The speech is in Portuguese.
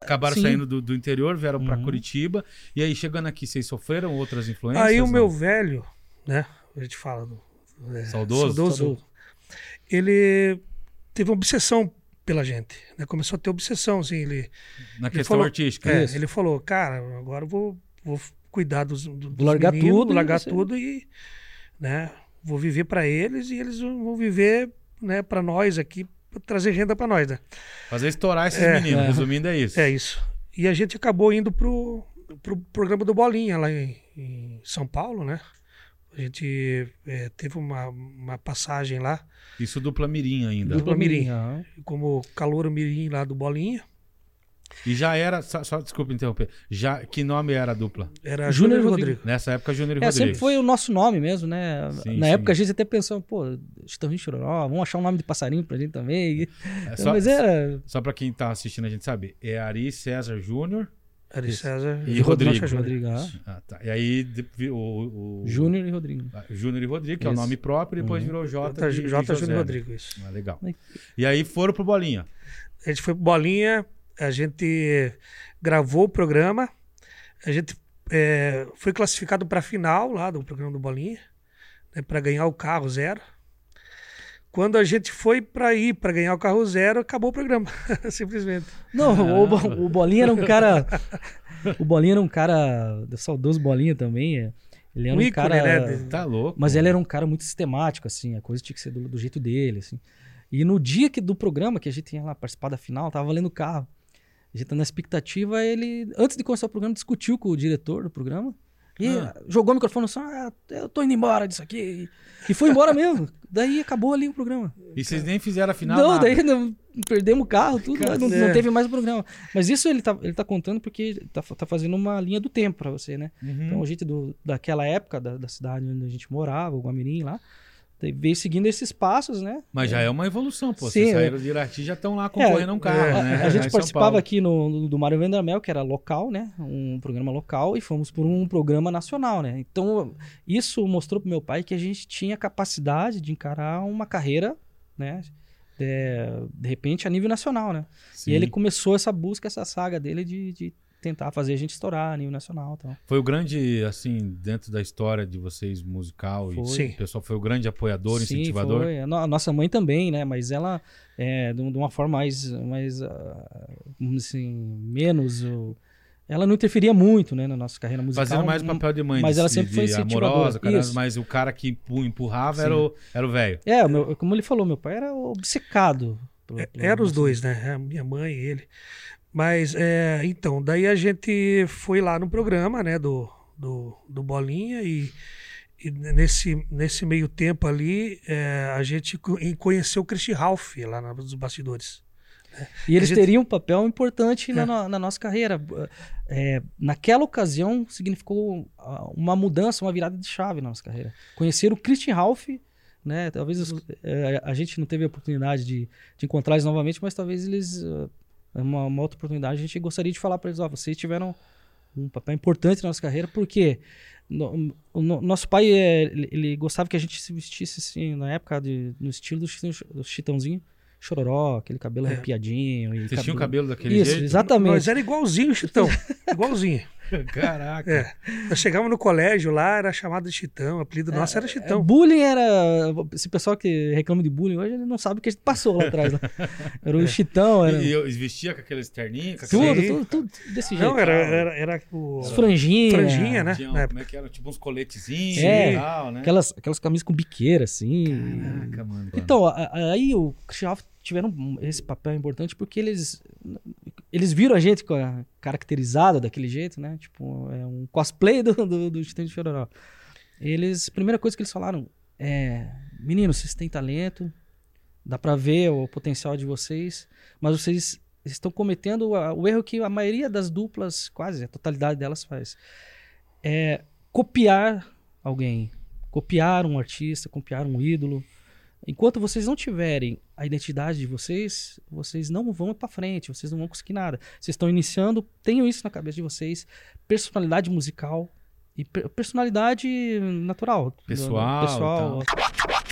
acabaram Sim. saindo do, do interior, vieram pra Uhum. Curitiba. E aí, chegando aqui, vocês sofreram outras influências? Aí o não? meu velho, né? A gente fala do. é, Saudoso? Saudoso. Ele teve uma obsessão pela gente. Né? Começou a ter obsessão, assim. Ele, Na ele questão falou- artística. é, Isso. ele falou, cara, agora eu vou, vou cuidar dos, do- dos Largar meninos, tudo e largar você- tudo e, né? Vou viver para eles e eles vão viver, né? Para nós aqui, pra trazer renda para nós, né? Fazer estourar esses É. meninos. É. Resumindo, é isso. É isso. E a gente acabou indo pro, pro programa do Bolinha lá em, em São Paulo, né? A gente eh, teve uma, uma passagem lá Isso dupla mirim ainda. Dupla mirim. Aham. como calor mirim lá do Bolinha. E já era... Só, só desculpa interromper. Já, que nome era a dupla? Era Júnior Júnior Rodrigo. Rodrigo. Nessa época, Júnior e É, Rodrigues. sempre foi o nosso nome mesmo, né? Sim, Na sim. época a gente até pensava, pô, Chitãozinho e Chororó, vamos achar um nome de passarinho pra gente também. É Então, só, mas era... só pra quem tá assistindo, a gente sabe. É Ari César Júnior. Era Isso. César E Rodrigo. Rocha Júnior. Rodrigo, né? aham. Ah, tá. E aí, de- o... o... Júnior e Rodrigo. Ah, Júnior e Rodrigo, que é o Isso. nome próprio, e depois Uhum. virou J. J, de- de J José, né? ah. Júnior Rodrigo, isso. Ah, legal. E aí foram pro Bolinha. A gente foi pro Bolinha, a gente gravou o programa, a gente eh, foi classificado para final lá do programa do Bolinha, né, para ganhar o carro zero. Quando a gente foi para ir para ganhar o carro zero, acabou o programa, simplesmente. Não, o, Bo- o Bolinha era um cara... o Bolinha era um cara... Saudoso Bolinha também. é. Ele era Um um, ícone, cara... né, de- Tá louco. Mas ele era um cara muito sistemático, assim, a coisa tinha que ser do, do jeito dele, assim. E no dia que, do programa, que a gente ia lá participar da final, tava valendo o carro. A gente tá na expectativa, ele, antes de começar o programa, discutiu com o diretor do programa. E Ah. jogou o microfone no som, ah, eu tô indo embora disso aqui. E foi embora mesmo. Daí acabou ali o programa. E vocês nem fizeram a final. não, nada. daí não- perdemos o carro, tudo, Cara, não, é. não teve mais o programa. Mas isso ele tá, ele tá contando porque tá, fa- tá fazendo uma linha do tempo pra você, né? Uhum. Então a gente do, daquela época, da, da cidade onde a gente morava, o Guamirim lá, daí veio seguindo esses passos, né? Mas já é uma evolução, pô. Sim, vocês é. saíram de Irati e já estão lá concorrendo a um carro, A, né? a Lá gente em São participava Paulo. aqui no, do Mário Vendramel, que era local, né? Um programa local, e fomos por um programa nacional, né? Então isso mostrou pro meu pai que a gente tinha capacidade de encarar uma carreira, né? De, de repente a nível nacional, né? Sim. E ele começou essa busca, essa saga dele de, de tentar fazer a gente estourar a nível nacional. Então. Foi o grande, assim, dentro da história de vocês, musical Foi. e Sim. o pessoal foi o grande apoiador, Sim, incentivador. foi. A no- a nossa mãe também, né? Mas ela é de um- de uma forma mais, mais ah, vamos dizer assim, menos. o- Ela não interferia muito, né, na nossa carreira musical. Fazendo mais papel de mãe, mas ela de- sempre de foi incentivadora, amorosa, cara, isso. mas o cara que empu- empurrava Sim. era o era o velho. É, o meu- como ele falou, meu pai era obcecado. pelo- É, pelo- Eram os dois, né? A minha mãe e ele. Mas, é, então, daí a gente foi lá no programa, né, do, do, do Bolinha e, e nesse, nesse meio tempo ali, é, a gente co- e conheceu o Christian Ralph lá na- nos bastidores. E eles a gente- teriam um papel importante na, É. na- na nossa carreira. É, naquela ocasião, significou ah, uma mudança, uma virada de chave na nossa carreira. Conhecer o Christian Ralph, né? Talvez os- eh, a gente não teve a oportunidade de, de encontrar eles novamente, mas talvez eles. ah, uma, uma outra oportunidade, a gente gostaria de falar para eles: ó, vocês tiveram um papel importante na nossa carreira, porque no- o no- nosso pai eh, ele, ele gostava que a gente se vestisse assim, na época, de- no estilo do, Chitão- do Chitãozinho Chororó, aquele cabelo É. arrepiadinho. E Vocês tinham o cabelo cabelo- daquele Isso, jeito? exatamente. Nós era igualzinho o Chitão, igualzinho. Caraca. É. Nós chegávamos no colégio lá, era chamado de Chitão, o É, apelido nosso era então Chitão. Bullying era. Esse pessoal que reclama de bullying hoje, ele não sabe o que a gente passou lá atrás. né? Era o Chitão, era. E, assim, e eu vestia com aqueles terninhos, com tudo, aqueles- Sim. tudo, tudo desse jeito. Não, era, era, era o... é, Os franjinha. Franjinha, né? Tinha, Na como é que era? Tipo uns coletezinhos É. e tal, né? Aquelas, aquelas camisas com biqueira, assim. Caraca, mano. Então, a- a- aí o Christian Alf tiveram um- esse papel importante porque eles eles viram a gente com a- caracterizada daquele jeito, né? Tipo, é um cosplay do, do, do Titã de Chororó. Eles, a primeira coisa que eles falaram é: meninos, vocês têm talento, dá pra ver o potencial de vocês, mas vocês estão cometendo a- o erro que a maioria das duplas, quase a totalidade delas faz. É copiar alguém, copiar um artista, copiar um ídolo. Enquanto vocês não tiverem a identidade de vocês, vocês não vão para frente, vocês não vão conseguir nada. Vocês estão iniciando, tenham isso na cabeça de vocês, personalidade musical e per- personalidade natural, Pessoal e pessoal.